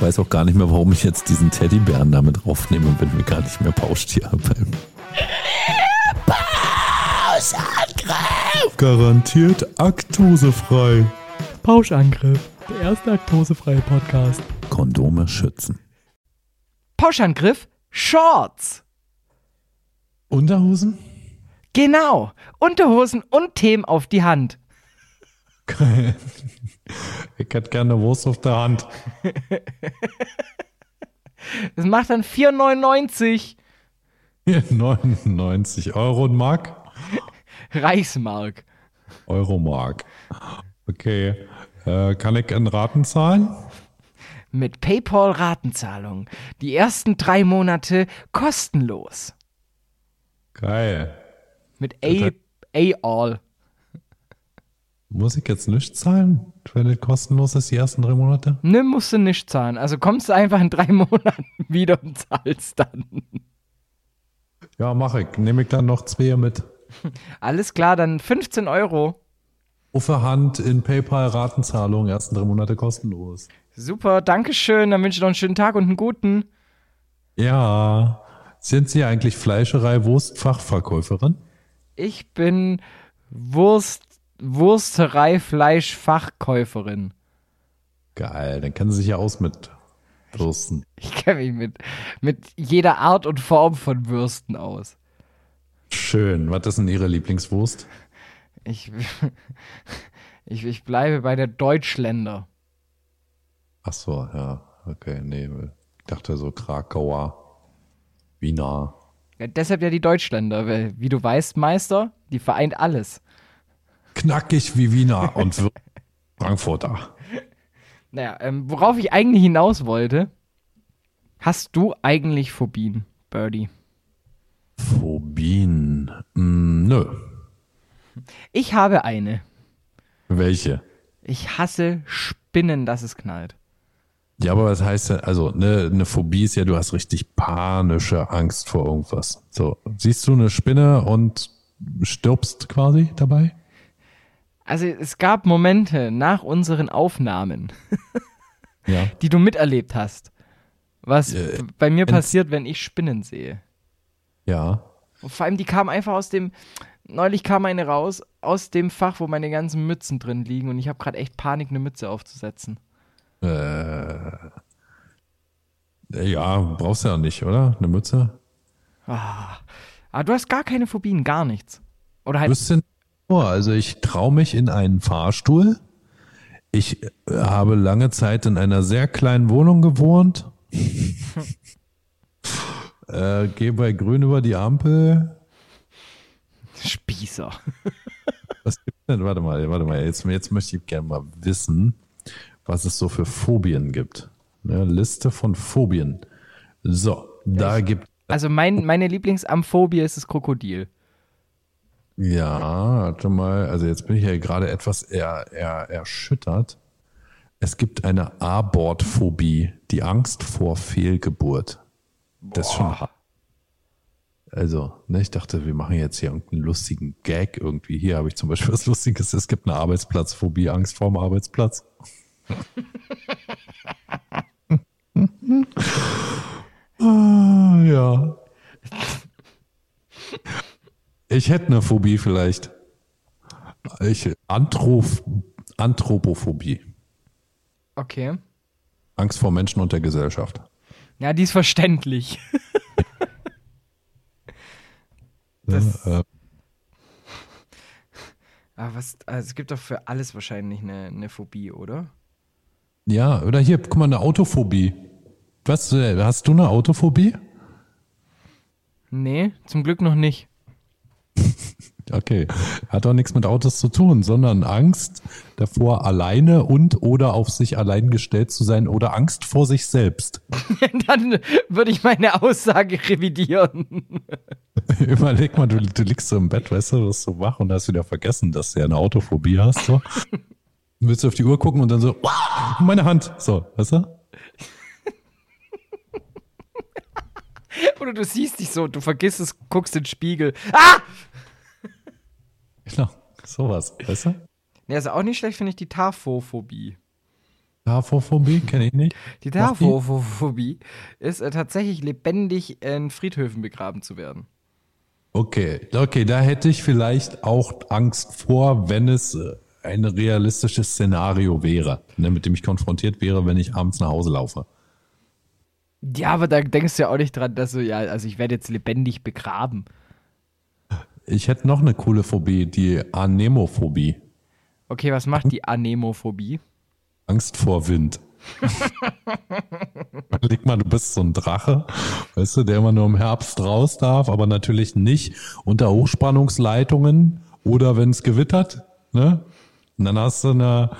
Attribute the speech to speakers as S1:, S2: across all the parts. S1: weiß auch gar nicht mehr, warum ich jetzt diesen Teddybären damit draufnehme und bin mir gar nicht mehr Pauschtier beim Pauschangriff. Garantiert aktosefrei.
S2: Pauschangriff, der erste laktosefreie Podcast.
S1: Kondome schützen.
S3: Pauschangriff, Shorts.
S4: Unterhosen?
S3: Genau. Unterhosen und Themen auf die Hand.
S4: Geil. Ich hätte gerne Wurst auf der Hand.
S3: Das macht dann 4,99
S4: Hier, 99 Euro und Mark?
S3: Reichsmark.
S4: Euromark. Okay. Äh, kann ich in Raten zahlen?
S3: Mit PayPal-Ratenzahlung. Die ersten drei Monate kostenlos.
S4: Geil.
S3: Mit A- A-All.
S4: Muss ich jetzt nichts zahlen, wenn es kostenlos ist, die ersten drei Monate?
S3: Ne, musst du nicht zahlen. Also kommst du einfach in drei Monaten wieder und zahlst dann.
S4: Ja, mache ich. Nehme ich dann noch zwei mit.
S3: Alles klar, dann 15 Euro.
S4: Uffe Hand in PayPal Ratenzahlung, ersten drei Monate kostenlos.
S3: Super, Dankeschön. Dann wünsche ich noch einen schönen Tag und einen guten.
S4: Ja. Sind Sie eigentlich Fleischerei Wurstfachverkäuferin?
S3: Ich bin Wurst, Wursterei Fleischfachkäuferin.
S4: Geil, dann kennen Sie sich ja aus mit Würsten.
S3: Ich kenne mich mit, mit jeder Art und Form von Würsten aus.
S4: Schön. Was ist denn Ihre Lieblingswurst?
S3: Ich, ich, ich bleibe bei der Deutschländer.
S4: Ach so, ja. Okay, nee. Ich dachte so Krakauer, Wiener.
S3: Ja, deshalb ja die Deutschländer, weil, wie du weißt, Meister, die vereint alles.
S4: Knackig wie Wiener und Wür- Frankfurter.
S3: Naja, ähm, worauf ich eigentlich hinaus wollte, hast du eigentlich Phobien, Birdie?
S4: Phobien. Mm, nö.
S3: Ich habe eine.
S4: Welche?
S3: Ich hasse Spinnen, dass es knallt.
S4: Ja, aber was heißt denn, also ne, eine Phobie ist ja, du hast richtig panische Angst vor irgendwas. So, siehst du eine Spinne und stirbst quasi dabei?
S3: Also es gab Momente nach unseren Aufnahmen,
S4: Ja.
S3: die du miterlebt hast, was
S4: Äh,
S3: b- bei mir
S4: wenn's-
S3: passiert, wenn ich Spinnen sehe.
S4: Ja.
S3: Und vor allem, die kamen einfach aus dem, neulich kam eine raus, aus dem Fach, wo meine ganzen Mützen drin liegen und ich habe gerade echt Panik, eine Mütze aufzusetzen.
S4: Äh, Ja, brauchst du ja nicht, oder? Eine Mütze?
S3: Aber du hast gar keine Phobien, gar nichts. Oder halt,
S4: Bisschen vor. Also ich traue mich in einen Fahrstuhl. Ich äh, habe lange Zeit in einer sehr kleinen Wohnung gewohnt. äh, Gehe bei Grün über die Ampel.
S3: Spießer.
S4: Was gibt's denn? Warte mal, warte mal. Jetzt, jetzt möchte ich gerne mal wissen, was es so für Phobien gibt. Ne, Liste von Phobien. So, da gibt
S3: Also mein, meine Lieblingsamphobie ist das Krokodil.
S4: Ja, warte mal. Also jetzt bin ich ja gerade etwas er, er, erschüttert. Es gibt eine Abortphobie, die Angst vor Fehlgeburt. Das ist schon hart. Also, ne, ich dachte, wir machen jetzt hier irgendeinen lustigen Gag irgendwie. Hier habe ich zum Beispiel was Lustiges. Es gibt eine Arbeitsplatzphobie, Angst vorm Arbeitsplatz. ah, ja. Ich hätte eine Phobie vielleicht. Ich, Anthrop, Anthropophobie.
S3: Okay.
S4: Angst vor Menschen und der Gesellschaft.
S3: Ja, die ist verständlich. das,
S4: äh.
S3: aber was, also es gibt doch für alles wahrscheinlich eine, eine Phobie, oder?
S4: Ja, oder hier, guck mal, eine Autophobie. Was, äh, hast du eine Autophobie?
S3: Nee, zum Glück noch nicht.
S4: Okay. Hat doch nichts mit Autos zu tun, sondern Angst davor, alleine und oder auf sich allein gestellt zu sein oder Angst vor sich selbst.
S3: Dann würde ich meine Aussage revidieren.
S4: Überleg mal, du, du liegst so im Bett, weißt du, wirst so wach und hast wieder vergessen, dass du ja eine Autophobie hast. So. Willst du auf die Uhr gucken und dann so, "Uah, meine Hand. So, weißt du?
S3: Oder du siehst dich so, du vergisst es, guckst in den Spiegel. Ah!
S4: Genau, sowas, weißt du?
S3: Nee, also auch nicht schlecht finde ich die Taphophobie.
S4: Haarvorphobie? Kenne ich nicht.
S3: Die
S4: Macht die?
S3: Theraphophobie ist äh, tatsächlich lebendig in Friedhöfen begraben zu werden.
S4: Okay, okay, da hätte ich vielleicht auch Angst vor, wenn es äh, ein realistisches Szenario wäre, ne, mit dem ich konfrontiert wäre, wenn ich abends nach Hause laufe.
S3: Ja, aber da denkst du ja auch nicht dran, dass du, ja, also ich werde jetzt lebendig begraben.
S4: Ich hätte noch eine coole Phobie, die Anemophobie.
S3: Okay, was macht die Anemophobie?
S4: Angst vor Wind. Überleg mal, du bist so ein Drache, weißt du, der immer nur im Herbst raus darf, aber natürlich nicht unter Hochspannungsleitungen oder wenn es gewittert, ne? Und dann hast du eine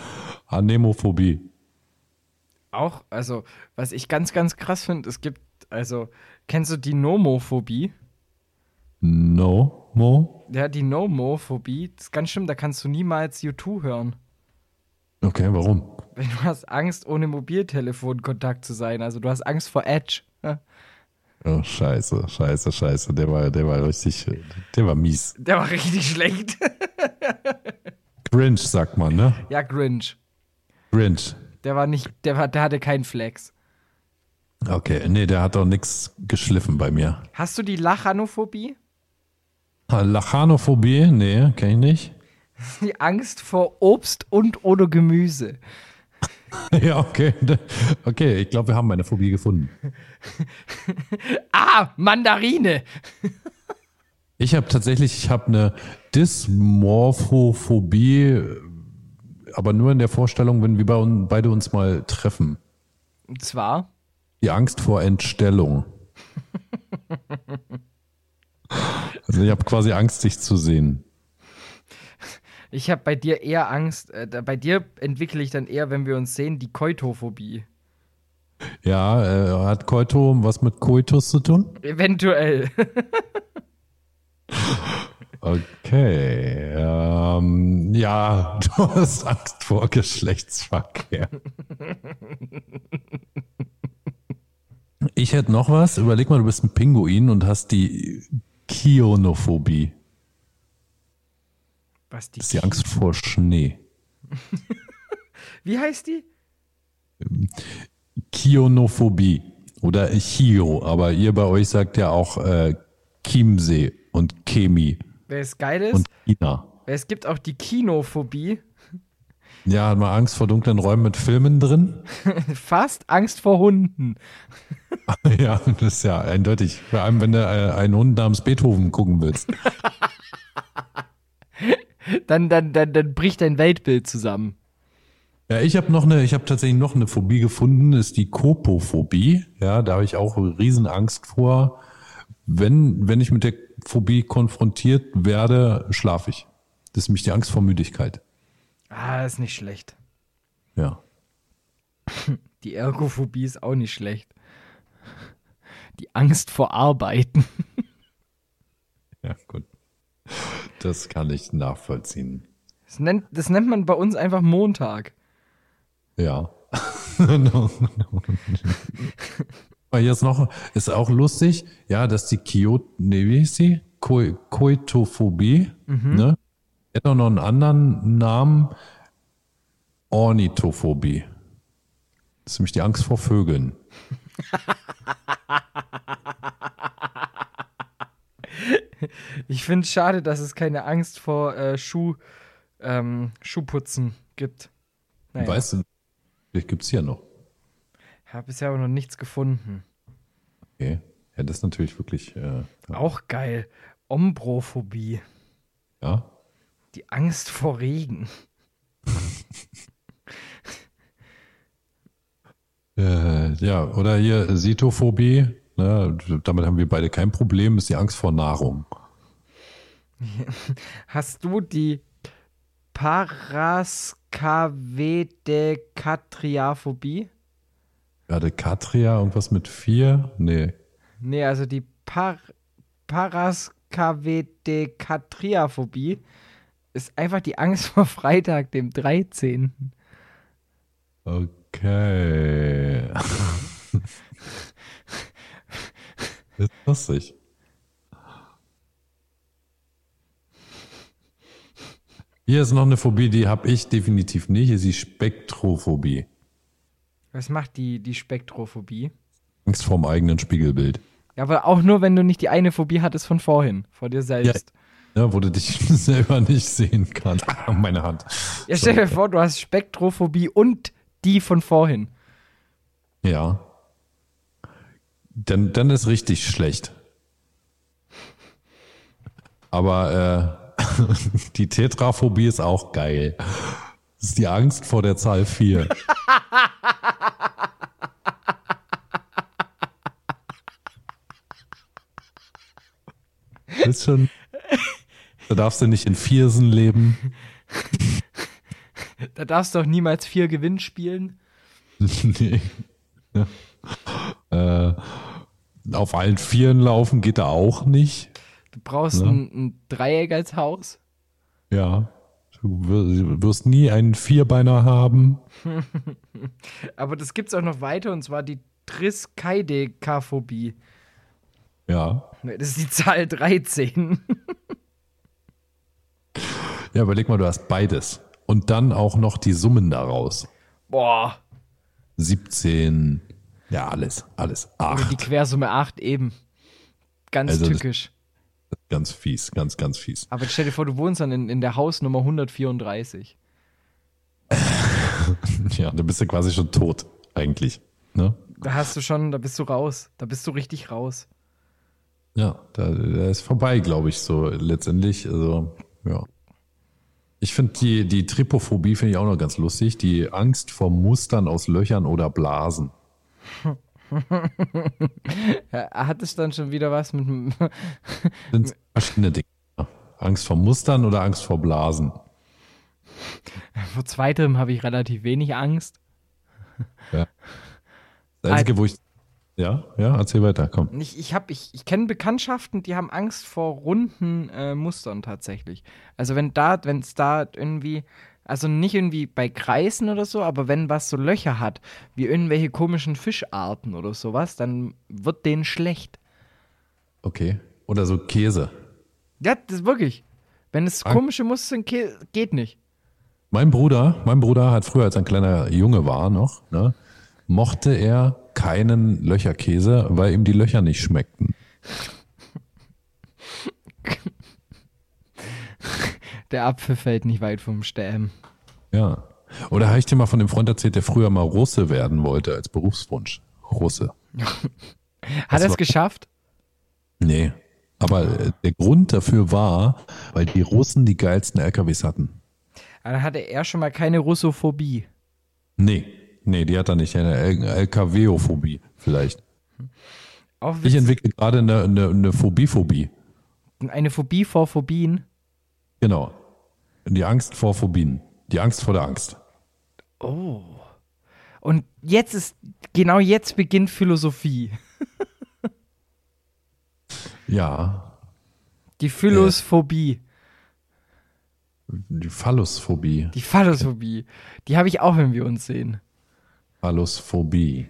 S4: Anemophobie.
S3: Auch, also, was ich ganz, ganz krass finde, es gibt, also, kennst du die Nomophobie?
S4: No, Mo?
S3: Ja, die Nomophobie, das ist ganz schlimm, da kannst du niemals U2 hören.
S4: Okay, warum?
S3: Weil du hast Angst, ohne Mobiltelefonkontakt zu sein. Also du hast Angst vor Edge. ne? Ja,
S4: Oh, scheiße, scheiße, scheiße. Der war, der war richtig, der war mies.
S3: Der war richtig schlecht.
S4: Grinch, sagt man, ne?
S3: ja, Grinch.
S4: Grinch.
S3: Der war nicht, der, war, der hatte keinen Flex.
S4: Okay, nee, der hat doch nichts geschliffen bei mir.
S3: Hast du die Lachanophobie?
S4: Lachanophobie? Nee, kenn ich nicht.
S3: Die Angst vor Obst und oder Gemüse.
S4: Ja, okay. Okay, ich glaube, wir haben eine Phobie gefunden.
S3: Ah, Mandarine.
S4: Ich habe tatsächlich, ich habe eine Dysmorphophobie, aber nur in der Vorstellung, wenn wir bei uns, beide uns mal treffen.
S3: Und zwar,
S4: Die Angst vor Entstellung. Also ich habe quasi Angst, dich zu sehen.
S3: ich habe bei dir eher Angst, äh, da- bei dir entwickle ich dann eher, wenn wir uns sehen, die Koitophobie.
S4: Ja, äh, hat Koito was mit Koitus zu tun?
S3: Eventuell.
S4: Okay. Ähm, ja, du hast Angst vor Geschlechtsverkehr. Ich hätte noch was. Überleg mal, du bist ein Pinguin und hast die Kionophobie.
S3: Was die,
S4: Das ist die Angst vor Schnee.
S3: Wie heißt die?
S4: Kionophobie oder Chio, aber ihr bei euch sagt ja auch äh, Chiemsee und Chemi
S3: Wer es geil ist,
S4: und China.
S3: weil es gibt auch die Kinophobie.
S4: Ja, hat man Angst vor dunklen Räumen mit Filmen drin?
S3: Fast Angst vor Hunden.
S4: ja, das ist ja eindeutig. Vor allem, wenn du äh, einen Hund namens Beethoven gucken willst.
S3: Dann, dann, dann, dann bricht dein Weltbild zusammen.
S4: Ja, ich habe noch eine, ich habe tatsächlich noch eine Phobie gefunden, ist die Kopophobie. Ja, da habe ich auch Riesenangst vor. Wenn, wenn ich mit der Phobie konfrontiert werde, schlafe ich. Das ist nämlich die Angst vor Müdigkeit.
S3: Ah, ist nicht schlecht.
S4: Ja.
S3: Die Ergophobie ist auch nicht schlecht. Die Angst vor Arbeiten.
S4: Ja, gut. Das kann ich nachvollziehen.
S3: Das nennt, das nennt man bei uns einfach Montag.
S4: Ja. Aber jetzt noch, ist auch lustig, ja, dass die Kyoto, nee, wie hieß die? Koi- Koitophobie, ne? Hätte auch noch einen anderen Namen. Ornithophobie. Das ist nämlich die Angst vor Vögeln.
S3: Ich finde es schade, dass es keine Angst vor äh, Schuh, ähm, Schuhputzen gibt. Naja,
S4: Weißt du, vielleicht gibt's hier noch.
S3: habe bisher aber noch nichts gefunden.
S4: Okay. Ja, das ist natürlich wirklich, äh,
S3: Auch geil. Ombrophobie.
S4: ja.
S3: Die Angst vor Regen.
S4: Äh, ja, oder hier Sitophobie. Ne, damit haben wir beide kein Problem, ist die Angst vor Nahrung.
S3: Hast du die Paraskavedekatriaphobie?
S4: Gerade Katria, irgendwas mit vier? Nee.
S3: Nee, also die Par Paraskavedekatriaphobie ist einfach die Angst vor Freitag, dem 13.
S4: Okay. ist lustig. Hier ist noch eine Phobie, die habe ich definitiv nicht, ist die Spektrophobie.
S3: Was macht die, die Spektrophobie?
S4: Angst vorm eigenen Spiegelbild.
S3: Ja, aber auch nur, wenn du nicht die eine Phobie hattest von vorhin, vor dir selbst.
S4: Ja, ne, wo du dich selber nicht sehen kannst. Ah, meine Hand.
S3: Ja, stell dir vor, du hast Spektrophobie und die von vorhin.
S4: Ja. Dann, dann ist richtig schlecht. Aber äh, die Tetraphobie ist auch geil. Das ist die Angst vor der Zahl 4. ist schon. Da darfst du nicht in Viersen leben.
S3: Da darfst du auch niemals vier Gewinn spielen.
S4: nee. Ja. Äh, auf allen Vieren laufen geht da auch nicht.
S3: Du brauchst
S4: Ja.
S3: ein, ein Dreieck als Haus.
S4: Ja. Du wir- wirst nie einen Vierbeiner haben.
S3: Aber das gibt's auch noch weiter und zwar die Triskaidekaphobie.
S4: Ja.
S3: Das ist die Zahl 13.
S4: Ja, überleg mal, du hast beides. Und dann auch noch die Summen daraus.
S3: Boah.
S4: 17. Ja, alles, alles.
S3: Oder
S4: Acht.
S3: die Quersumme 8 eben. Ganz
S4: Also das-
S3: tückisch.
S4: Ganz fies, ganz, ganz fies.
S3: Aber stell dir vor, du wohnst dann in, in der Hausnummer 134.
S4: Ja, dann bist du quasi schon tot, eigentlich. Ne?
S3: Da hast du schon, da bist du raus. Da bist du richtig raus.
S4: Ja, da, da ist vorbei, glaube ich, so letztendlich. Also, ja. Ich finde die, die Tripophobie finde ich auch noch ganz lustig. Die Angst vor Mustern aus Löchern oder Blasen.
S3: Ja, Hat es dann schon wieder was mit.
S4: Das sind verschiedene Dinge. Angst vor Mustern oder Angst vor Blasen.
S3: Vor zweiterem habe ich relativ wenig Angst.
S4: Das Einzige, wo ich. Ja, ja, erzähl weiter, komm.
S3: Ich, ich, hab- ich, ich kenne Bekanntschaften, die haben Angst vor runden äh, Mustern tatsächlich. Also wenn da, wenn es da irgendwie, also nicht irgendwie bei Kreisen oder so, aber wenn was so Löcher hat, wie irgendwelche komischen Fischarten oder sowas, dann wird denen schlecht.
S4: Okay. Oder so Käse.
S3: Ja, das wirklich. Wenn es
S4: Ang-
S3: komische Muster sind, ge- geht nicht.
S4: Mein Bruder, mein Bruder hat früher, als er ein kleiner Junge war noch, ne, mochte er keinen Löcherkäse, weil ihm die Löcher nicht schmeckten.
S3: Der Apfel fällt nicht weit vom Stamm.
S4: Ja. Oder habe ich dir mal von dem Freund erzählt, der früher mal Russe werden wollte als Berufswunsch? Russe.
S3: Hat er es
S4: war-
S3: geschafft?
S4: Nee. Aber äh, der Grund dafür war, weil die Russen die geilsten LKWs hatten.
S3: Aber Dann Äh, hatte er schon mal keine Russophobie.
S4: Nee. Nee, die hat er nicht. Eine L- LKW-Phobie vielleicht.
S3: Auch
S4: Ich
S3: witzig.
S4: entwickle gerade eine, eine, eine Phobie-Phobie.
S3: eine Phobie vor Phobien.
S4: Genau. Die Angst vor Phobien. Die Angst vor der Angst.
S3: Und jetzt ist, genau jetzt beginnt Philosophie.
S4: Ja.
S3: Die Philosphobie,
S4: Die Phallusphobie.
S3: die Phallosophie. Die habe ich auch, wenn wir uns sehen.
S4: Phallusphobie.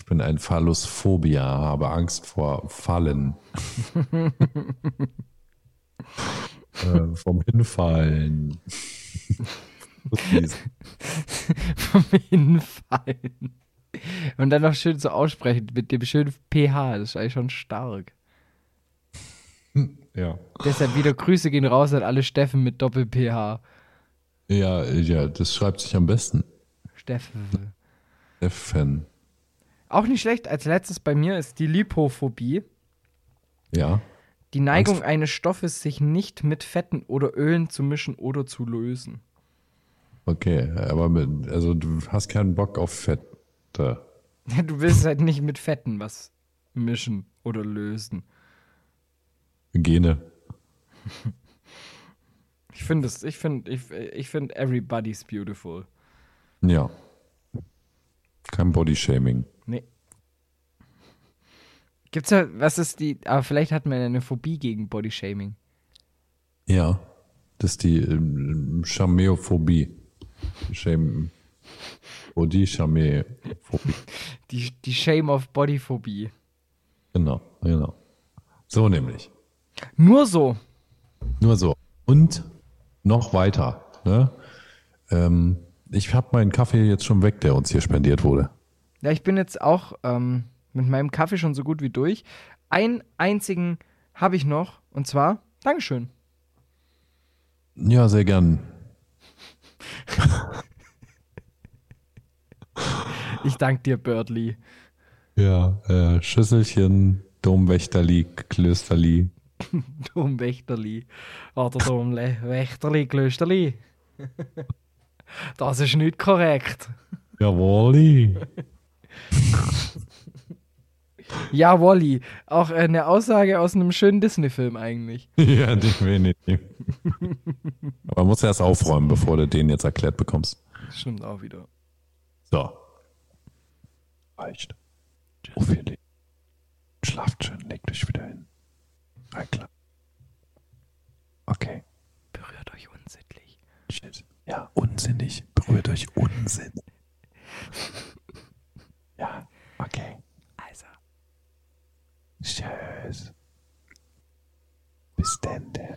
S4: Ich bin ein Phallusphobia, habe Angst vor Fallen. äh, vom Hinfallen.
S3: Vom Hinfallen. Und dann noch schön so aussprechen mit dem schönen PH. Das ist eigentlich schon stark.
S4: ja.
S3: Deshalb wieder Grüße gehen raus an alle Steffen mit Doppel-PH.
S4: Ja, ja, das schreibt sich am besten.
S3: Steffen.
S4: Steffen.
S3: Auch nicht schlecht. Als letztes bei mir ist die Lipophobie.
S4: Ja.
S3: Die Neigung eines Stoffes, sich nicht mit Fetten oder Ölen zu mischen oder zu lösen.
S4: Okay, aber mit, also du hast keinen Bock auf Fett.
S3: Du willst halt nicht mit Fetten was mischen oder lösen.
S4: Gene.
S3: Ich finde es, ich finde, ich, ich finde everybody's beautiful.
S4: Ja. Kein Bodyshaming.
S3: Nee. Gibt's ja, was ist die, aber vielleicht hat man ja eine Phobie gegen Bodyshaming.
S4: Ja, das ist die ähm, Chameophobie. Shame. Body Chameophobie.
S3: Die, die Shame of Bodyphobie.
S4: Genau, genau. So nämlich.
S3: Nur so.
S4: Nur so. Und noch weiter. Ne? Ähm, Ich habe meinen Kaffee jetzt schon weg, der uns hier spendiert wurde.
S3: Ja, ich bin jetzt auch ähm, mit meinem Kaffee schon so gut wie durch. Einen einzigen habe ich noch und zwar Dankeschön.
S4: Ja, sehr gern.
S3: Ich danke dir, Birdly.
S4: Ja, äh, Schüsselchen, Domwächterli, Klösterli.
S3: Dom Um Wächterli. Oder Dom Le- Wächterli, Klösterli. Das ist nicht korrekt.
S4: Jawolli.
S3: Ja, Wally. Auch eine Aussage aus einem schönen Disney-Film eigentlich.
S4: ja, nicht wenig. Aber muss erst aufräumen, bevor du den jetzt erklärt bekommst.
S3: Stimmt auch wieder.
S4: So. Reicht. Oh, wir le- Schlaft schön, legt euch wieder hin. Na klar. Okay.
S3: Berührt euch unsittlich.
S4: Shit. Ja, unsinnig. Berührt euch Unsinn. ja, okay.
S3: Also,
S4: Tschüss. Bis denn. denn.